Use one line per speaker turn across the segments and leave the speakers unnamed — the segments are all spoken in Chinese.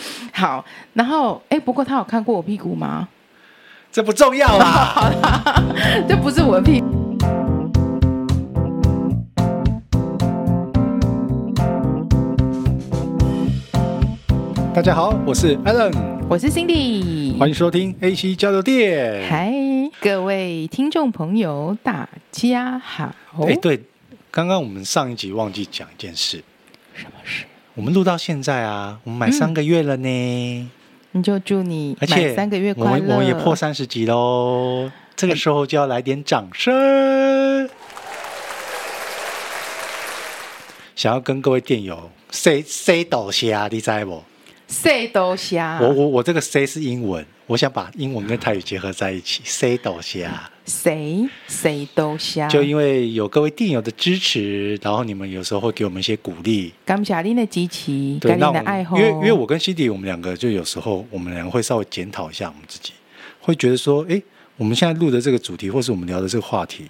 好，然后哎，不过他有看过我屁股吗？
这不重要啊啦。
这不是我的屁股。
大家好，我是 Alan，
我是 Cindy，
欢迎收听 AC 交流店。
嗨，各位听众朋友，大家好。
哎，对，刚刚我们上一集忘记讲一件事，
什么事？
我们录到现在啊，我们满三个月了呢，
你就祝你
而且
嗯满三个月
我
快
们
乐。
我们也破三十集喽，这个时候就要来点掌声。想要跟各位店友 say say 倒下，你知不？
谁都瞎，
我我我这个 say 是英文，我想把英文跟泰语结合在一起，say 啊倒下。
谁谁都瞎。
就因为有各位电友的支持，然后你们有时候会给我们一些鼓励，
感谢你的支持，
对，
感谢你
那
的
我们
爱
因
护。
为因为我跟西迪，我们两个就有时候我们两个会稍微检讨一下我们自己，会觉得说，诶，我们现在录的这个主题，或是我们聊的这个话题，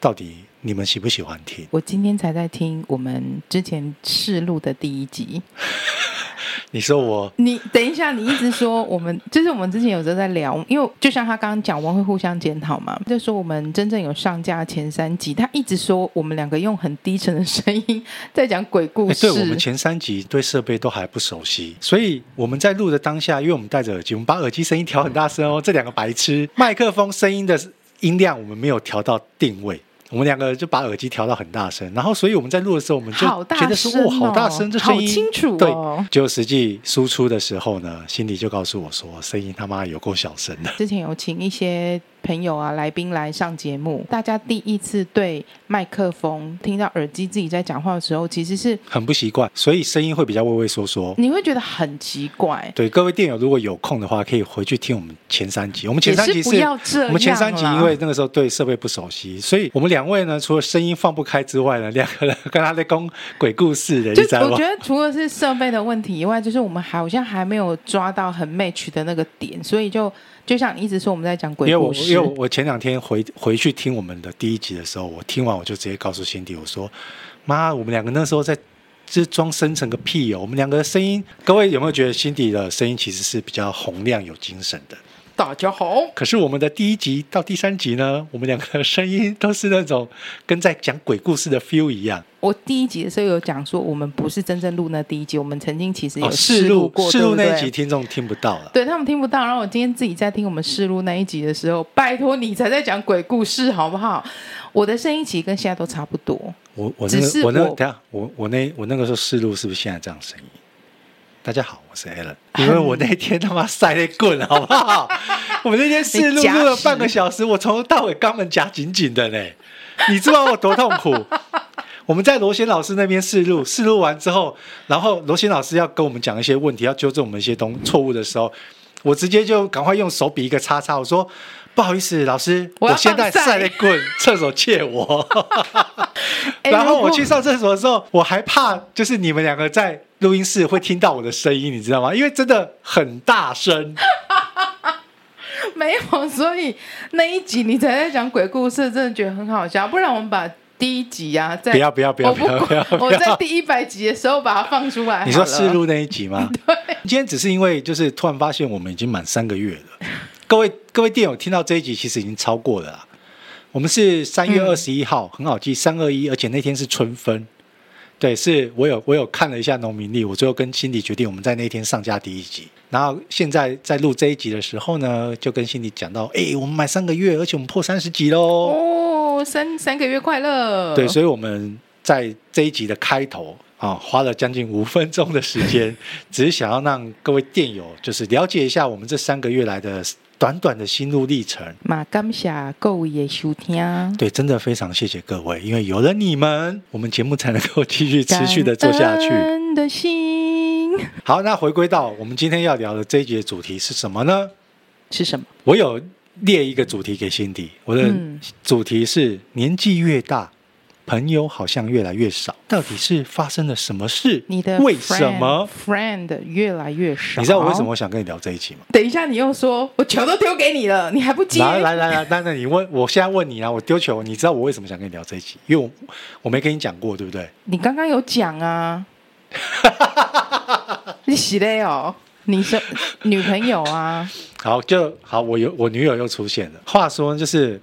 到底你们喜不喜欢听？
我今天才在听我们之前试录的第一集。
你说我
你等一下，你一直说我们，就是我们之前有时候在聊，因为就像他刚刚讲，我们会互相检讨嘛，就说我们真正有上架前三集，他一直说我们两个用很低沉的声音在讲鬼故
哎，
事，
对我们前三集对设备都还不熟悉，所以我们在录的当下，因为我们戴着耳机，我们把耳机声音调很大声哦。这两个白痴，麦克风声音的音量我们没有调到定位。我们两个就把耳机调到很大声，然后所以我们在录的时候，我们就
好大
觉得说
声
哇、好大声，
哦
这声音
好清楚哦
对，就实际输出的时候呢，心里就告诉我说，声音他妈有够小声的。
之前有请一些朋友啊、来宾来上节目，大家第一次对麦克风听到耳机自己在讲话的时候，其实是
很不习惯，所以声音会比较畏畏缩缩。
你会觉得很奇怪。
对，各位店友如果有空的话，可以回去听我们前三集。我们前三集
也是不要 这样啦
我们前三集因为那个时候对设备不熟悉，所以我们两位呢，除了声音放不开之外呢，两个人跟他在讲鬼故事的，你
就
知道
我
吗
觉？得除了是设备的问题以外，就是我们好像还没有抓到很 match 的那个点，所以就就像你一直说我们在讲
因为
鬼
我
故事，
因为我前两天回回去听我们的第一集的时候，我听完我就直接告诉辛迪，我说：“妈，我们两个那时候在这装深沉个屁哦！我们两个的声音，各位有没有觉得辛迪的声音其实是比较洪亮有精神的？
大家好，
可是我们的第一集到第三集呢，我们两个的声音都是那种跟在讲鬼故事的 feel 一样。
我第一集的时候有讲说，我们不是真正录那第一集，我们曾经其实有
哦试
录
录
过，
试录
对
那
不
一
对
集听众听不到了。
对他们听不到，然后我今天自己在听我们试录那一集的时候，拜托你才在讲鬼故事好不好？我的声音其实跟现在都差不多，
我我那
只是
个我那个
我
等一下我我那我那个时候试录是不是现在这样声音？大家好，我是 Alan，
很
因为我那天他妈塞了一棍， 好 不好？我那天试录
你夹
录了
实
半个小时，我从头到尾肛门夹紧紧的嘞，你知道我多痛 苦？我们在罗贤老师那边试录，试录完之后，然后罗贤老师要跟我们讲一些问题，要纠正我们一些东错误的时候，我直接就赶快用手比一个叉叉，我说不好意思，老师，
我要
我现在
放
塞
塞
了一棍，厕所借我。
哎
然后我去
如果
上厕所的时候，我还怕就是你们两个在录音室会听到我的声音，你知道吗？因为真的很大声。
没有，所以那一集你才在讲鬼故事，真的觉得很好笑。不然我们把第一集啊，在
不要不要不要
我
不要
管
不要不
我在
要！
第一百集的时候把它放出来好了。
你说试录那一集 吗？今天只是因为就是突然发现我们已经满三个月了，各位各位店友听到这一集其实已经超过了啦。我们是三月
嗯
二十一号，很好记，三二一，而且那天是春分。对，是我有我有看了一下农民历，我最后跟辛迪决定我们在那天上架第一集。然后现在在录这一集的时候呢，就跟辛迪讲到，哎，我们满三个月，而且我们破三十集喽。
哦，三三个月快乐。
对，所以我们在这一集的开头啊，花了将近五分钟的时间，只是想要让各位电友就是了解一下我们这三个月来的短短的心路历程。
嘛，感谢各位的收听，
对，真的非常谢谢各位，因为有了你们，我们节目才能够继续持续的做下去。
感恩的心
好，那回归到我们今天要聊的这一集的主题是什么呢？
是什么？
我有列一个主题给辛迪，我的
嗯
主题是年纪越大，朋友好像越来越少，到底是发生了什么事？
你的
为什么？
friend friend 越来越少？
你知道我为什么？我想跟你聊这一集吗？
等一下，你又说我球都丢给你了，你还不接？
来来来来，那那你问，我现在问你啊，我丢球，你知道我为什么想跟你聊这一集？因为我我没跟你讲过，对不对？
你刚刚有讲啊，你洗嘞哦，你是女朋友啊？
好，就好，我有我女友又出现了。话说，就是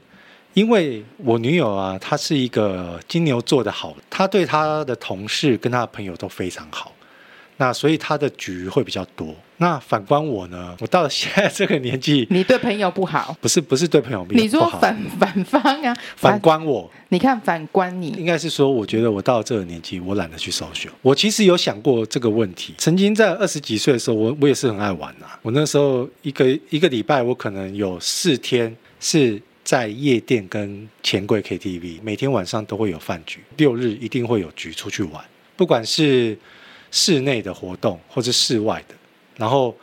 因为我女友啊，她是一个金牛座的好人，她对她的同事跟她的朋友都非常好，那所以她的局会比较多。那反观我呢，我到了现在这个年纪，
你对朋友不好？
不是不是对朋友比较
你说
不好
反反方啊？
反观我，
你看反观你，
应该是说，我觉得我到这个年纪，我懒得去 social。我其实有想过这个问题。曾经在二十几岁的时候，我我也是很爱玩啊。我那时候一个一个礼拜，我可能有四天是在夜店跟钱柜 KTV，每天晚上都会有饭局，六日一定会有局出去玩，不管是室内的活动或是室外的。然后，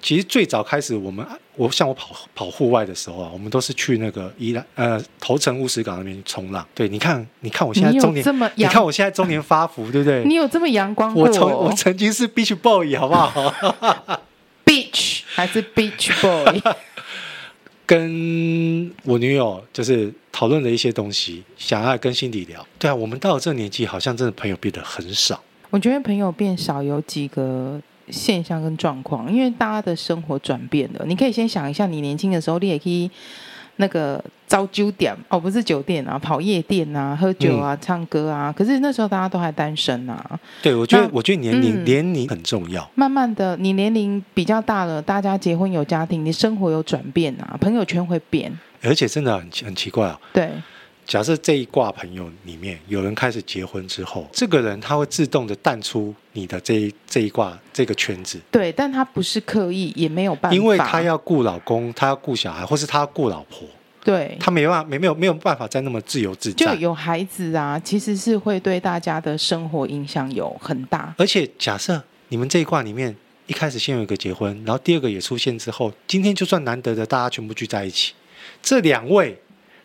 其实最早开始，我们我像我跑跑户外的时候啊，我们都是去那个宜兰呃头城乌石港那边去冲浪。对，你看，你看我现在
你有
中年
这么，
你
阳
看我现在中年发福，对不对？
你有这么阳光过、
我
哦？
从我曾经是 beach boy，好不好？
beach 还是 beach boy？
跟我女友就是讨论了一些东西，想要跟心底聊。对啊，我们到了这个年纪，好像真的朋友变得很少。
我觉得朋友变少有几个现象跟状况，因为大家的生活转变了。你可以先想一下，你年轻的时候，你也可以那个招酒点哦，不是酒店啊，跑夜店啊，喝酒
嗯
啊，唱歌啊。可是那时候大家都还单身啊。
对，我觉得
那
我觉得年龄、
嗯
年龄很重要。
慢慢的，你年龄比较大了，大家结婚有家庭，你生活有转变啊，朋友圈会变。
而且真的很奇很奇怪啊、
对，
假设这一卦朋友里面有人开始结婚之后，这个人他会自动的淡出你的这一这一卦这个圈子，
对，但他不是刻意，也没有办法，
因为他要顾老公，他要顾小孩，或是他要顾老婆，
对，
他没办法没没有没有办法再那么自由自
就
在。
有孩子啊，其实是会对大家的生活影响有很大。
而且假设你们这一卦里面一开始先有一个结婚，然后第二个也出现之后，今天就算难得的大家全部聚在一起，这两位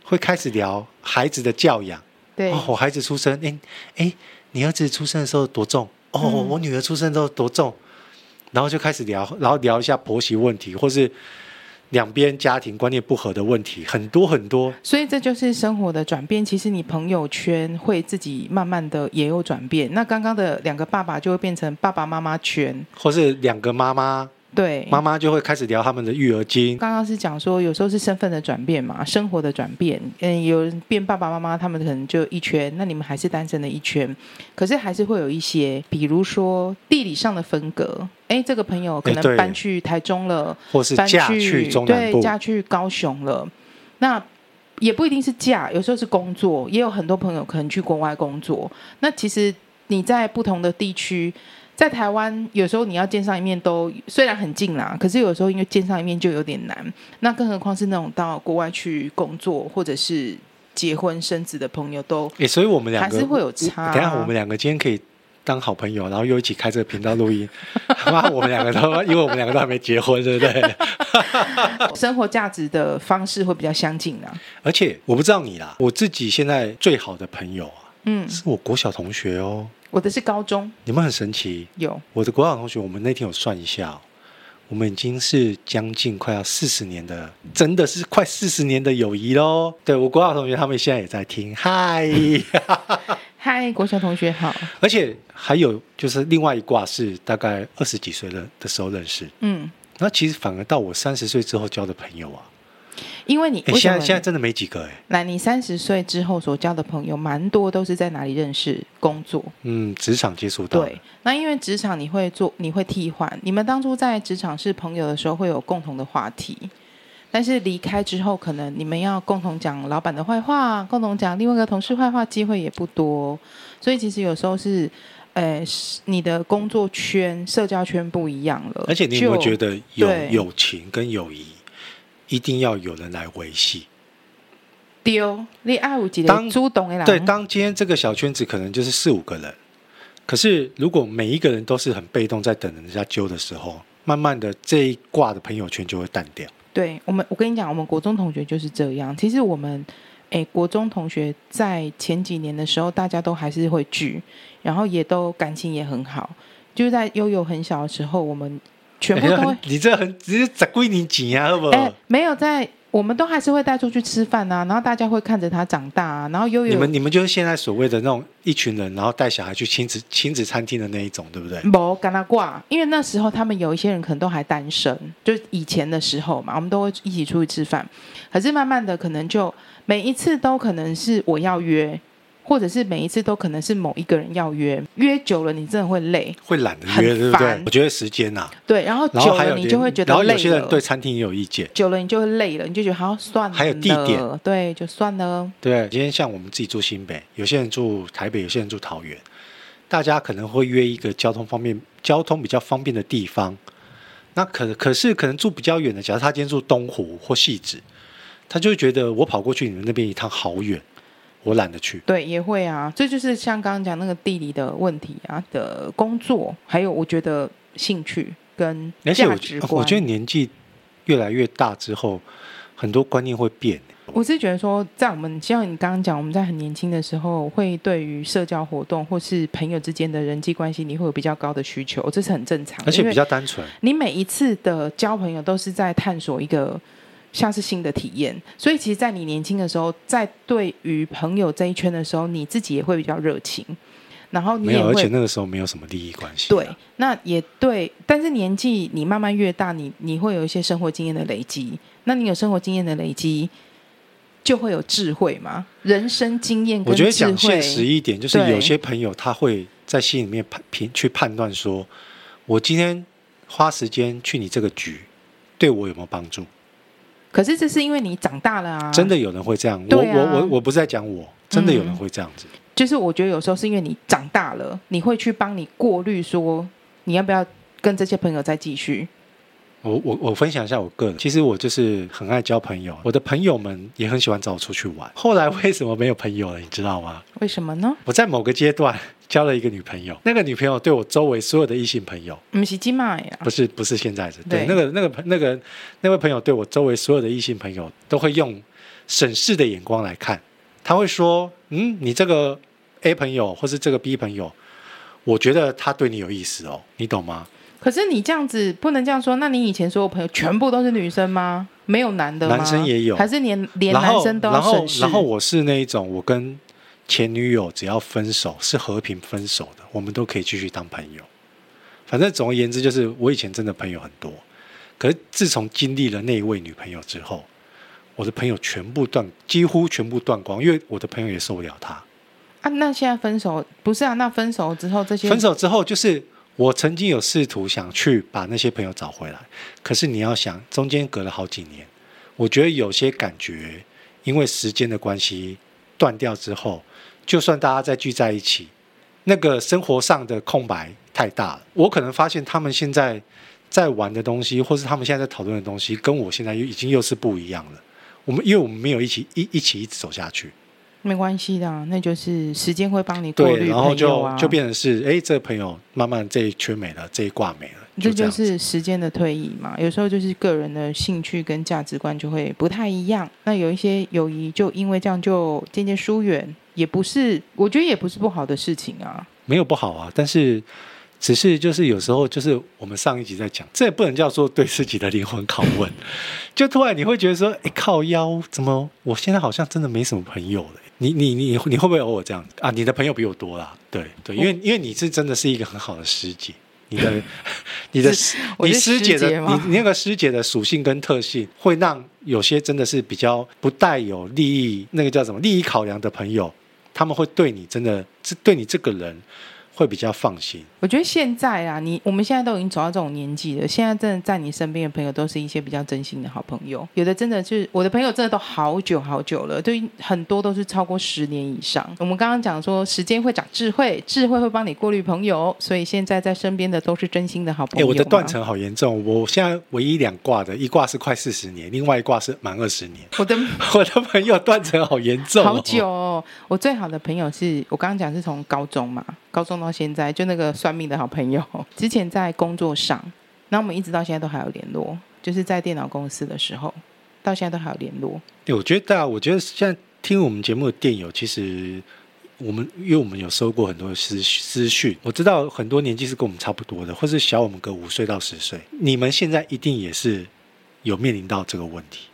会开始聊孩子的教养。
对，
哦，我孩子出生，哎、哎、你儿子出生的时候多重？哦，
嗯
我女儿出生的时候多重？然后就开始聊，然后聊一下婆媳问题，或是两边家庭观念不合的问题，很多很多。
所以这就是生活的转变。其实你朋友圈会自己慢慢的也有转变。那刚刚的两个爸爸就会变成爸爸妈妈圈，
或是两个妈妈，
对，
妈妈就会开始聊他们的育儿经，
刚刚是讲说，有时候是身份的转变嘛，生活的转变。嗯，有人变爸爸妈妈，他们可能就一圈，那你们还是单身的一圈，可是还是会有一些，比如说地理上的分隔。哎，这个朋友可
哎对
能搬去台中了，
或是
搬
嫁去中南
对，
部。
嫁去高雄了。那也不一定是嫁，有时候是工作，也有很多朋友可能去国外工作。那其实你在不同的地区，在台湾有时候你要见上一面都虽然很近啦，可是有时候因为见上一面就有点难。那更何况是那种到国外去工作或者是结婚生子的朋友都
哎、所以我们两
还
个
是会有啊差、
等一下我们两个今天可以当好朋友，然后又一起开这个频道录音。 妈，我们两个都因为我们两个都还没结婚，对不对？
生活价值的方式会比较相近啦。
而且我不知道你啦，我自己现在最好的朋友啊，
嗯，
是我国小同学哦。
我的是高中
你们很神奇，
有
我的国小同学，我们那天有算一下、哦，我们已经是将近快要四十年的，真的是快四十年的友谊喽。对我国小同学，他们现在也在听，嗨。
嗨，国小同学好，
而且还有就是另外一卦是大概二十几岁的的时候认识，
嗯。
那其实反而到我三十岁之后交的朋友啊，
因为你
哎，
为什
现在
么
现在真的没几个哎、
来，你三十岁之后所交的朋友，蛮多都是在哪里认识、工作。
嗯，职场接触到的
对，那因为职场你会做，你会替换。你们当初在职场是朋友的时候，会有共同的话题，但是离开之后，可能你们要共同讲老板的坏话，共同讲另外一个同事坏话，机会也不多。所以其实有时候是，呃，是你的工作圈、社交圈不一样了。
而且你有没有
就
觉得友
对
友情跟友谊一定要有人来维系？
丢？你爱有几
当
个朱董哎的啦？
对，当今天这个小圈子可能就是四五个人，可是如果每一个人都是很被动在等人家揪的时候，慢慢的这一挂的朋友圈就会淡掉。
对我们，我跟你讲，我们国中同学就是这样。其实我们，诶，国中同学在前几年的时候，大家都还是会聚，然后也都感情也很好。就是在悠悠很
哎
小的时候，我们全部都会，哎
你这很你这咋归你紧啊，好不好？
诶，没有在我们都还是会带出去吃饭啊，然后大家会看着他长大啊，然后悠悠
你们你们就是现在所谓的那种一群人，然后带小孩去亲子亲子餐厅的那一种，对不对？
某跟他挂，因为那时候他们有一些人可能都还单身，就是以前的时候嘛，我们都会一起出去吃饭。可是慢慢的，可能就每一次都可能是我要约，或者是每一次都可能是某一个人要约，约久了你真的会累，
会懒得
很
约，对不对
烦？
我觉得时间呐、啊，
对，然后
然后
久
还有
了你
连
就会觉
然
得
后
累
有些人
了，
对餐厅也有意见。
久了你就会累了，你就觉得好算了，
还有地点，
对，就算了，
对，啊今天像我们自己住新北，有些人住台北，有些人住桃园，大家可能会约一个交通方面、交通比较方便的地方。那可可是可能住比较远的，假如他今天住东湖或汐止，他就会觉得我跑过去你们那边一趟好远，我懒得去。
对，也会
哦
啊，这就是像刚刚讲那个地理的问题啊的工作，还有我觉得兴趣跟
而且
价
我
值
觉
观，
我觉得年纪越来越大之后，很多观念会变。
我是觉得说，在我们像你刚刚讲，我们在很年轻的时候，会对于社交活动或是朋友之间的人际关系，你会有比较高的需求，这是很正常的。
而且
因为
比较单纯，
你每一次的交朋友都是在探索一个像是新的体验，所以其实，在你年轻的时候，在对于朋友这一圈的时候，你自己也会比较热情，然后你
没
也
有，而且
会。
那个时候没有什么利益关系。
对，那也对，但是年纪你慢慢越大，你你会有一些生活经验的累积。那你有生活经验的累积，就会有智慧嘛？人生经验跟
我觉得
智
讲
慧
现实一点，就是
对
有些朋友他会在心里面判评去判断说，我今天花时间去你这个局，对我有没有帮助？
可是这是因为你长大了啊，
真的有人会这样，我
对啊嗯
我我我不是在讲我，真的有人会这样子。
就是我觉得有时候是因为你长大了，你会去帮你过滤说你要不要跟这些朋友再继续。
我我我分享一下我个人，其实我就是很爱交朋友，我的朋友们也很喜欢找我出去玩。后来为什么没有朋友了，你知道吗？
为什么呢？
我在某个阶段交了一个女朋友，那个女朋友对我周围所有的异性朋友
不是金马呀，
不是不是现在的，对
啊对
那个那个那个那位朋友对我周围所有的异性朋友都会用审视的眼光来看，他会说，嗯，你这个 A 朋友或是这个 B 朋友，我觉得他对你有意思哦，你懂吗？
可是你这样子不能这样说。那你以前所有朋友全部都是女生吗？没有男的吗？
男生也有
还是连连
然
男
后
生都要
然后
审视？
然后我是那一种，我跟前女友只要分手是和平分手的，我们都可以继续当朋友。反正总而言之，就是我以前真的朋友很多，可是自从经历了那一位女朋友之后，我的朋友全部断，几乎全部断光，因为我的朋友也受不了她。
啊，那现在分手不是啊？那分手之后这些
分手之后，就是我曾经有试图想去把那些朋友找回来，可是你要想，中间隔了好几年，我觉得有些感觉，因为时间的关系断掉之后，就算大家再聚在一起，那个生活上的空白太大了。我可能发现他们现在在玩的东西，或是他们现在在讨论的东西，跟我现在又已经又是不一样了。我们因为我们没有一起一一起一直走下去，
没关系的啊、那就是时间会帮你过
对，
滤、朋
然后
友
就、
啊
就变成是，哎，这个朋友慢慢这一圈没了，这一挂没了，
这
这
就
样。
是时间的推移嘛，有时候就是个人的兴趣跟价值观就会不太一样。那有一些友谊就因为这样就渐渐疏远，也不是，我觉得也不是不好的事情啊。
没有不好啊，但是只是就是有时候就是我们上一集在讲，这也不能叫做对自己的灵魂拷问， 就突然你会觉得说，哎，靠腰，怎么我现在好像真的没什么朋友了？你你你你会不会偶尔这样啊？你的朋友比我多啦，对对，因为因为你是真的是一个很好的师姐。你的、 你的、
我
你
是
师姐的
师姐
你
吗
你那个师姐的属性跟特性，会让有些真的是比较不带有利益那个叫什么利益考量的朋友，他们会对你真的是对你这个人会比较放心。
我觉得现在啊，你我们现在都已经走到这种年纪了，现在真的在你身边的朋友都是一些比较真心的好朋友，有的真的就是我的朋友，真的都好久好久了，对，很多都是超过十年以上。我们刚刚讲说，时间会长智慧，智慧会帮你过滤朋友，所以现在在身边的都是真心的好朋
哎，
友。
我的断。层好严重，我现在唯一两挂的，一挂是快四十年，另外一挂是满二十年。
我的
我的朋友断层好严重、哦，
好久、哦。我最好的朋友是我刚刚讲是从高中嘛，高中到现在就那个算命的好朋友， 之前在工作上，然后我们一直到现在都还有联络，就是在电脑公司的时候，到现在都还有联络。
对，我觉得啊，我觉得现在听我们节目的电友，其实我们因为我们有收过很多私私讯，我知道很多年纪是跟我们差不多的，或是小我们个五岁到十岁，你们现在一定也是有面临到这个问题，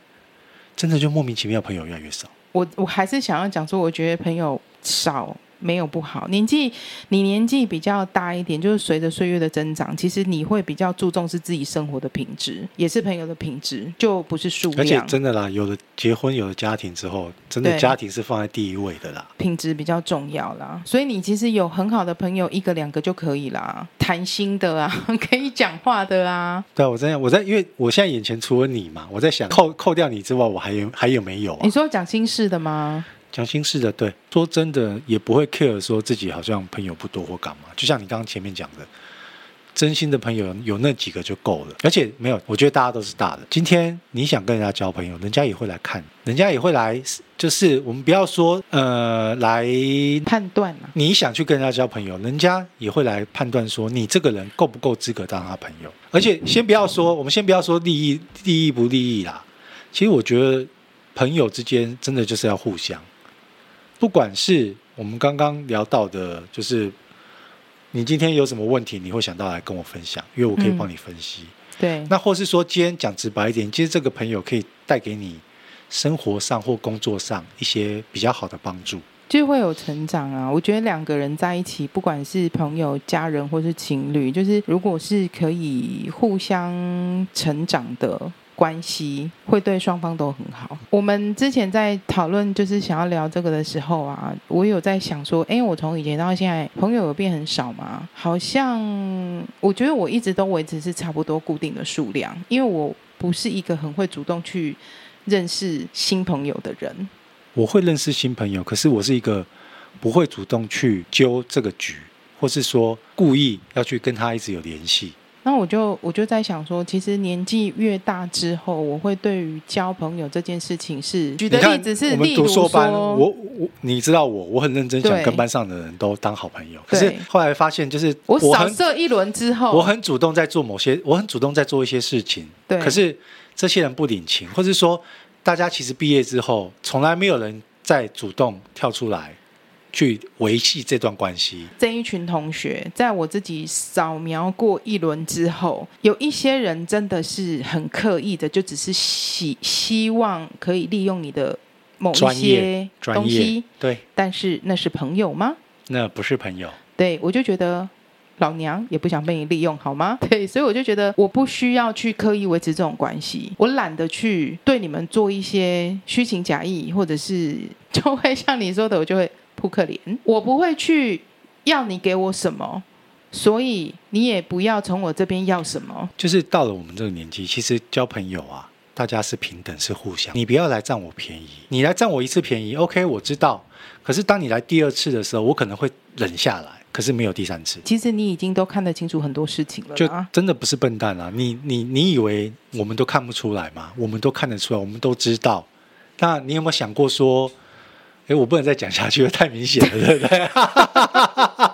真的就莫名其妙朋友越来越少。
我我还是想要讲说，我觉得朋友少没有不好。年纪你年纪比较大一点，就是随着岁月的增长，其实你会比较注重是自己生活的品质，也是朋友的品质，就不是数
而且
量，
真的啦，有了结婚，有了家庭之后，真的
对
家庭是放在第一位的啦。
品质比较重要啦。所以你其实有很好的朋友，一个两个就可以啦，谈心的啊， 可以讲话的啊。
对啊，我在我在，因为我现在眼前除了你嘛，我在想扣扣掉你之外，我还有还有没有啊
你？说讲心事的吗？
讲心事的，对，说真的也不会 care 说自己好像朋友不多或干嘛，就像你刚刚前面讲的。真心的朋友有那几个就够了，而且没有，我觉得大家都是大的。今天你想跟人家交朋友，人家也会来看，人家也会来，就是我们不要说呃来
判断啊，
你想去跟人家交朋友，人家也会来判断说你这个人够不够资格当他朋友。而且先不要说，我们先不要说利益利益不利益啦，其实我觉得朋友之间真的就是要互相，不管是我们刚刚聊到的，就是你今天有什么问题，你会想到来跟我分享，因为我可以
嗯
帮你分析。
对，
那或是说，今天讲直白一点，今天这个朋友可以带给你生活上或工作上一些比较好的帮助。
就会有成长啊！我觉得两个人在一起，不管是朋友、家人或是情侣，就是如果是可以互相成长的关系，会对双方都很好。我们之前在讨论就是想要聊这个的时候啊，我有在想说，哎，我从以前到现在，朋友有变很少吗？好像我觉得我一直都维持是差不多固定的数量，因为我不是一个很会主动去认识新朋友的人。
我会认识新朋友，可是我是一个不会主动去揪这个局，或是说故意要去跟他一直有联系。
那我就我就在想说，其实年纪越大之后，我会对于交朋友这件事情是举
你
的例
看
子是，
我们
例如
读硕
说，
班，我我你知道我，我很认真想
对
跟班上的人都当好朋友，可是
对
后来发现就是
我扫
很
射一轮之后，
我很主动在做某些，我很主动在做一些事情，
对
可是这些人不领情，或是说大家其实毕业之后，从来没有人再主动跳出来去维系这段关系。
这一群同学，在我自己扫描过一轮之后，有一些人真的是很刻意的，就只是希希望可以利用你的某一
专
些
业，
东
专业
西，，
对，
但是那是朋友吗？
那不是朋友。
对，我就觉得老娘也不想被你利用，好吗？ 对，所以我就觉得我不需要去刻意维持这种关系，我懒得去对你们做一些虚情假意，或者是就会像你说的，我就会扑克脸，我不会去要你给我什么，所以你也不要从我这边要什么。
就是到了我们这个年纪，其实交朋友啊，大家是平等，是互相。你不要来占我便宜，你来占我一次便宜，OK，我知道。可是当你来第二次的时候，我可能会忍下来，可是没有第三次，
其实你已经都看得清楚很多事情了
就
啦。
真的不是笨蛋啦、你你你以为我们都看不出来吗？我们都看得出来，我们都知道。那你有没有想过说，诶，我不能再讲下去了，太明显了，对不对？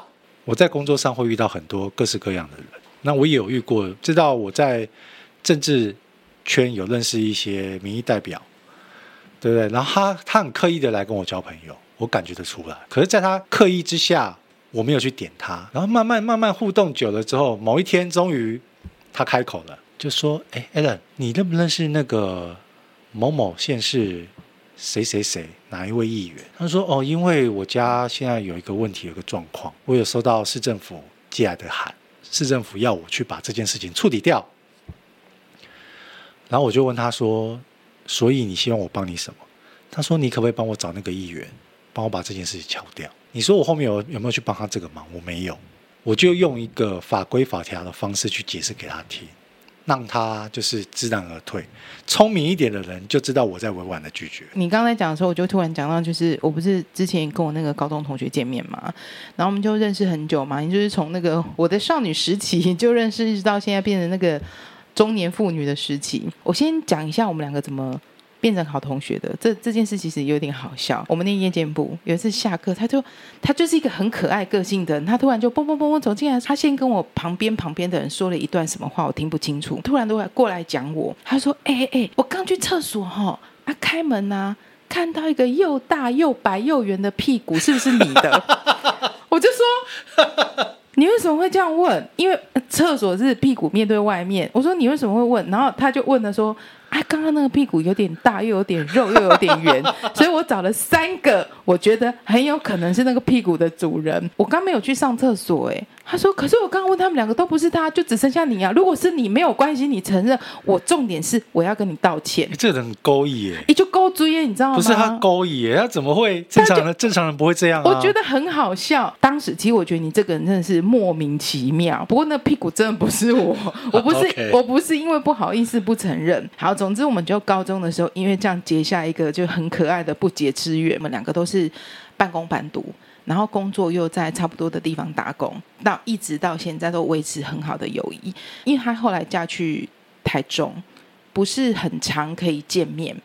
我在工作上会遇到很多各式各样的人，那我也有遇过，知道我在政治圈有认识一些民意代表，对不对？然后他他很刻意的来跟我交朋友，我感觉得出来。可是，在他刻意之下，我没有去点他，然后慢慢慢慢互动久了之后，某一天终于他开口了，就说：“哎 a l a n 你认不认识那个某某县市谁谁谁哪一位议员？”他说：“哦，因为我家现在有一个问题，有一个状况，我有收到市政府寄来的函，市政府要我去把这件事情处理掉。”然后我就问他说：“所以你希望我帮你什么？”他说：“你可不可以帮我找那个议员，帮我把这件事情敲掉？”你说我后面有有没有去帮他这个忙？我没有，我就用一个法规法条的方式去解释给他听，让他就是知难而退。聪明一点的人就知道我在委婉的拒绝。
你刚才讲的时候，我就突然讲到，就是我不是之前跟我那个高中同学见面嘛，然后我们就认识很久嘛，你就是从那个我的少女时期就认识，一直到现在变成那个中年妇女的时期。我先讲一下我们两个怎么。变成好同学的这这件事其实有点好笑。我们念夜间部有一次下课，他就他就是一个很可爱个性的人，他突然就蹦蹦蹦蹦走进来，他先跟我旁边旁边的人说了一段什么话，我听不清楚，突然都过来讲我，他说：“哎哎哎，我刚去厕所哈、啊开门呐、看到一个又大又白又圆的屁 股，是不是你的？”我就说。你为什么会这样问？因为呃厕所是屁股面对外面。我说你为什么会问？然后他就问了说，哎，刚刚那个屁股有点大，又有点肉，又有点 圆，所以我找了三个，我觉得很有可能是那个屁股的主人。我刚没有去上厕所、哎，他说，可是我刚刚问他们两个都不是他，就只剩下你啊。如果是你，没有关系，你承认。我重点是我要跟你道歉
欸。这个人很勾引耶，
你就勾追耶，你知道吗？
不是他勾引耶，他怎么会正常人？正常人不会这样啊。
我觉得很好笑。当时其实我觉得你这个人真的是莫名其妙。不过那屁股真的不是 我，我不是
OK
我不是因为不好意思不承认。好，总之我们就高中的时候，因为这样结下一个就很可爱的不解之缘。我们两个都是半工半读。然后工作又在差不多的地方打工，到一直到现在都维持很好的友谊。因为她后来嫁去台中，不是很常可以见面，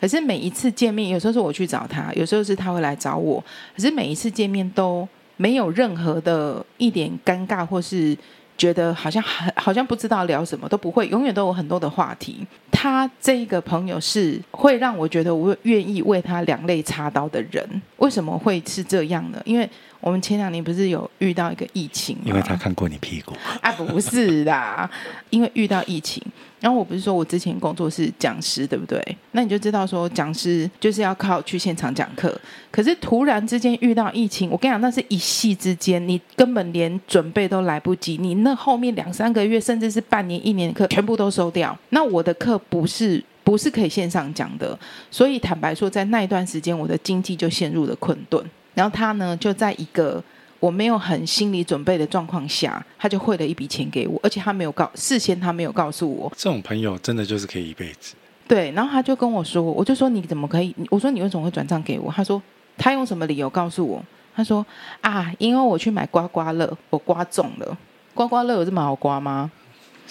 可是每一次见面，有时候是我去找他，有时候是他会来找我，可是每一次见面都没有任何的一点尴尬，或是觉得好像很好像不知道聊什么都不会，永远都有很多的话题。他这个朋友是会让我觉得我愿意为他两肋插刀的人。为什么会是这样呢？因为我们前两年不是有遇到一个疫情吗，
因为他看过你屁股，
啊，不是啦，因为遇到疫情，然后我不是说我之前工作是讲师，对不对？那你就知道说讲师就是要靠去现场讲课，可是突然之间遇到疫情，我跟你讲，那是一夕之间，你根本连准备都来不及，你那后面两三个月甚至是半年、一年的课全部都收掉。那我的课不是。不是可以线上讲的，所以坦白说，在那一段时间，我的经济就陷入了困顿。然后他呢，就在一个我没有很心理准备的状况下，他就汇了一笔钱给我，而且他没有告，事先他没有告诉我。
这种朋友真的就是可以一辈子。
对，然后他就跟我说，我就说你怎么可以？我说你为什么会转账给我？他说他用什么理由告诉我？他说啊，因为我去买刮刮乐，我刮中了。刮刮乐有这么好刮吗？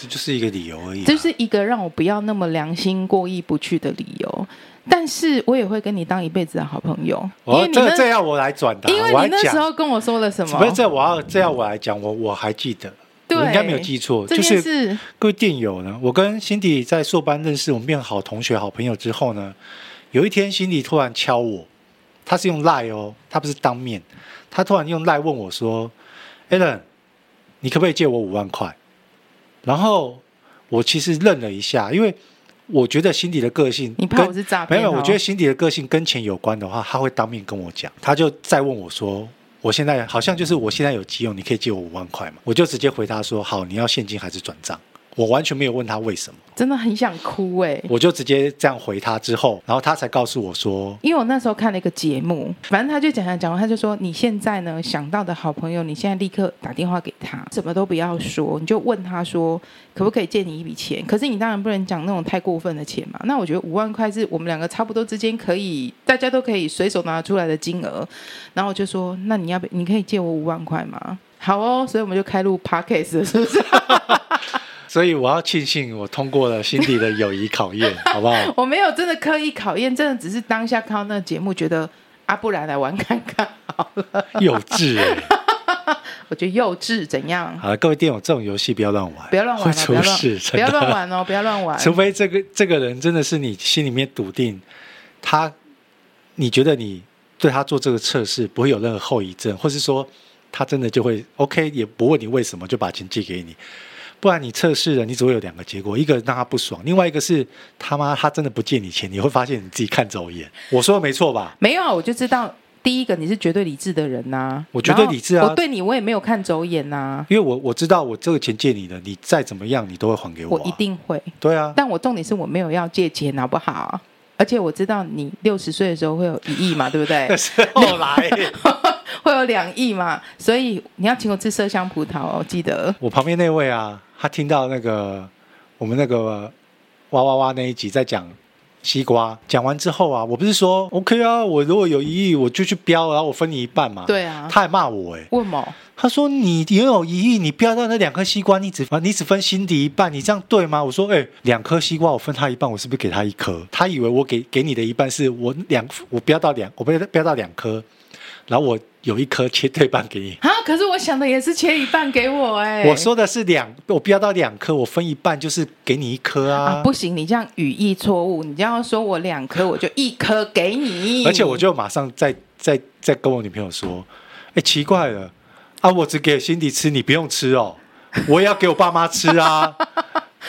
这就是一个理由而已、啊。
这是一个让我不要那么良心过意不去的理由。但是我也会跟你当一辈子的好朋友，因
我
为
要
你
哦这
那，
这要我来转达，
因为
我来
你那时
讲
候跟我说了什么？
不是这我要这要我来讲，我我还记得，
对
我应该没有记错，
这
就
件
是
事，
各位电友呢，我跟辛迪在硕班认识，我们变好同学、好朋友之后呢，有一天辛迪突然敲我，他是用赖哦，他不是当面，他突然用赖问我说 a l a n 你可不可以借我五万块？”然后我其实愣了一下，因为我觉得辛迪的个性
你怕
跟
我是诈
没
骗哦？
有，我觉得辛迪的个性跟钱有关的话，他会当面跟我讲，他就再问我说。我现在好像就是我现在有急用，你可以借我五万块嘛？我就直接回他说：“好，你要现金还是转账？”我完全没有问他为什么，
真的很想哭哎、
我就直接这样回他之后，然后他才告诉我说
因为我那时候看了一个节目，反正他就讲讲讲完，他就说你现在呢想到的好朋友，你现在立刻打电话给他，什么都不要说，你就问他说可不可以借你一笔钱？可是你当然不能讲那种太过分的钱嘛。那我觉得五万块是我们两个差不多之间可以，大家都可以随手拿出来的金额。然后我就说那你要不你可以借我五万块吗？好哦，所以我们就开录 podcast 了，是不是？：“
所以我要庆幸我通过了辛迪的友谊考 验，好不好
我没有真的刻意考验，真的只是当下看到那个节目，觉得啊，不然来玩看看好了。？”
幼稚哎、
我觉得幼稚怎样？
好了，各位电友，这种游戏不要乱玩，
不要乱玩
会
啊，不
出
要
事，
乱，不要
真的
乱玩哦，不要乱玩。
除非这个这个人真的是你心里面笃定，他你觉得你对他做这个测试不会有任何后遗症，或是说他真的就会 OK，也不问你为什么就把钱寄给你。不然你测试了，你只会有两个结果，一个让他不爽，另外一个是他妈他真的不借你钱，你会发现你自己看走眼。我说的没错吧？
没有啊，我就知道，第一个你是绝对理智的人呐、
我绝对理智啊
然后我对你我也没有看走眼啊呐、
因为我我知道我这个钱借你的，你再怎么样你都会还给我、
我
啊。
一定会。
对啊，
但我重点是我没有要借钱，好不好？而且我知道你六十岁的时候会有一亿嘛，对不对
那？是 后来。
会有两亿嘛，所以你要请我吃麝香葡萄哦，记得。
我旁边那位啊，他听到那个我们那个哇哇哇那一集在讲西瓜，讲完之后啊，我不是说 OK 啊，我如果有一亿我就去标，然后我分你一半嘛。、
对啊，
他还骂我哎、
问某
他说你拥有一亿，你标到那两颗西瓜，你只你只分辛迪一半，你这样对吗？我说哎、两颗西瓜我分他一半，我是不是给他一颗？他以为我给给你的一半是我两我标到两我标标到两颗，然后我有一颗切对半给你。
啊，可是我想的也是切一半给我哎、
我说的是两，我标到两颗，我分一半就是给你一颗啊。
啊，不行，你这样语义错误，你这样说我两颗，我就一颗给你。
而且我就马上再再再跟我女朋友说，哎，奇怪了，啊，我只给辛迪吃，你不用吃哦。我也要给我爸妈吃 啊，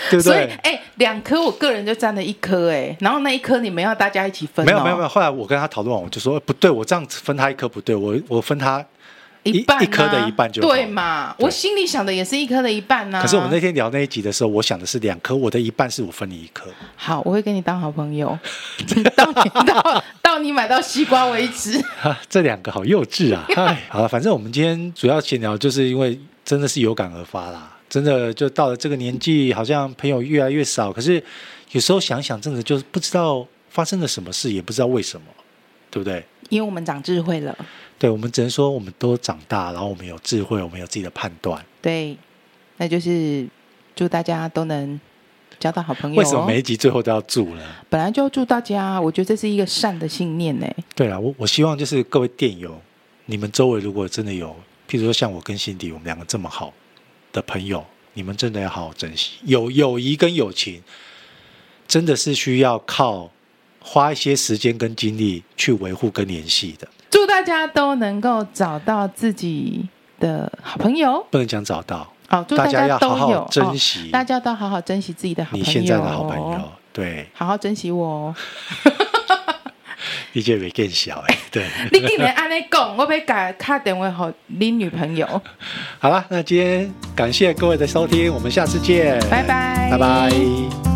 对不
所以
对？
哎，两颗我个人就占了一颗哎，然后那一颗你们要大家一起分、哦，
没有没有没有，后来我跟他讨论完，我就说呃不对，我这样子分他一颗不对，我我分他
一半啊、
一颗的一半就好
对嘛？
对
我心里想的也是一颗的一半呐、啊
可是我们那天聊那一集的时候，我想的是两颗，我的一半是我分你一颗。
好，我会跟你当好朋 友，到你到到你买到西瓜为止。
啊，这两个好幼稚啊！哎，好了，反正我们今天主要闲聊，就是因为真的是有感而发啦。真的就到了这个年纪，好像朋友越来越少，可是有时候想想，真的就是不知道发生了什么事，也不知道为什么，对不对？
因为我们长智慧了，
对，我们只能说我们都长大，然后我们有智慧，我们有自己的判断。
对，那就是祝大家都能交到好朋友、哦。
为什么每一集最后都要住呢？
本来就要祝大家，我觉得这是一个善的信念呢。
对了，我我希望就是各位电友，你们周围如果真的有，譬如说像我跟辛迪，我们两个这么好的朋友，你们真的要好好珍惜。友友谊跟友情，真的是需要靠花一些时间跟精力去维护跟联系的。
祝大家都能够找到自己的好朋友。
不能讲找到，
好、祝
大
家
要
都
好
有
好珍
哦
惜
大家都好好珍惜自己的好朋
你
友。哦
现在的好朋友，，对，
好好珍惜我、 哦。
你就会更小哎、对。
你竟然安尼讲，我要改打电话给你女朋友，
好了，那今天感谢各位的收听，我们下次见，
拜拜，
拜拜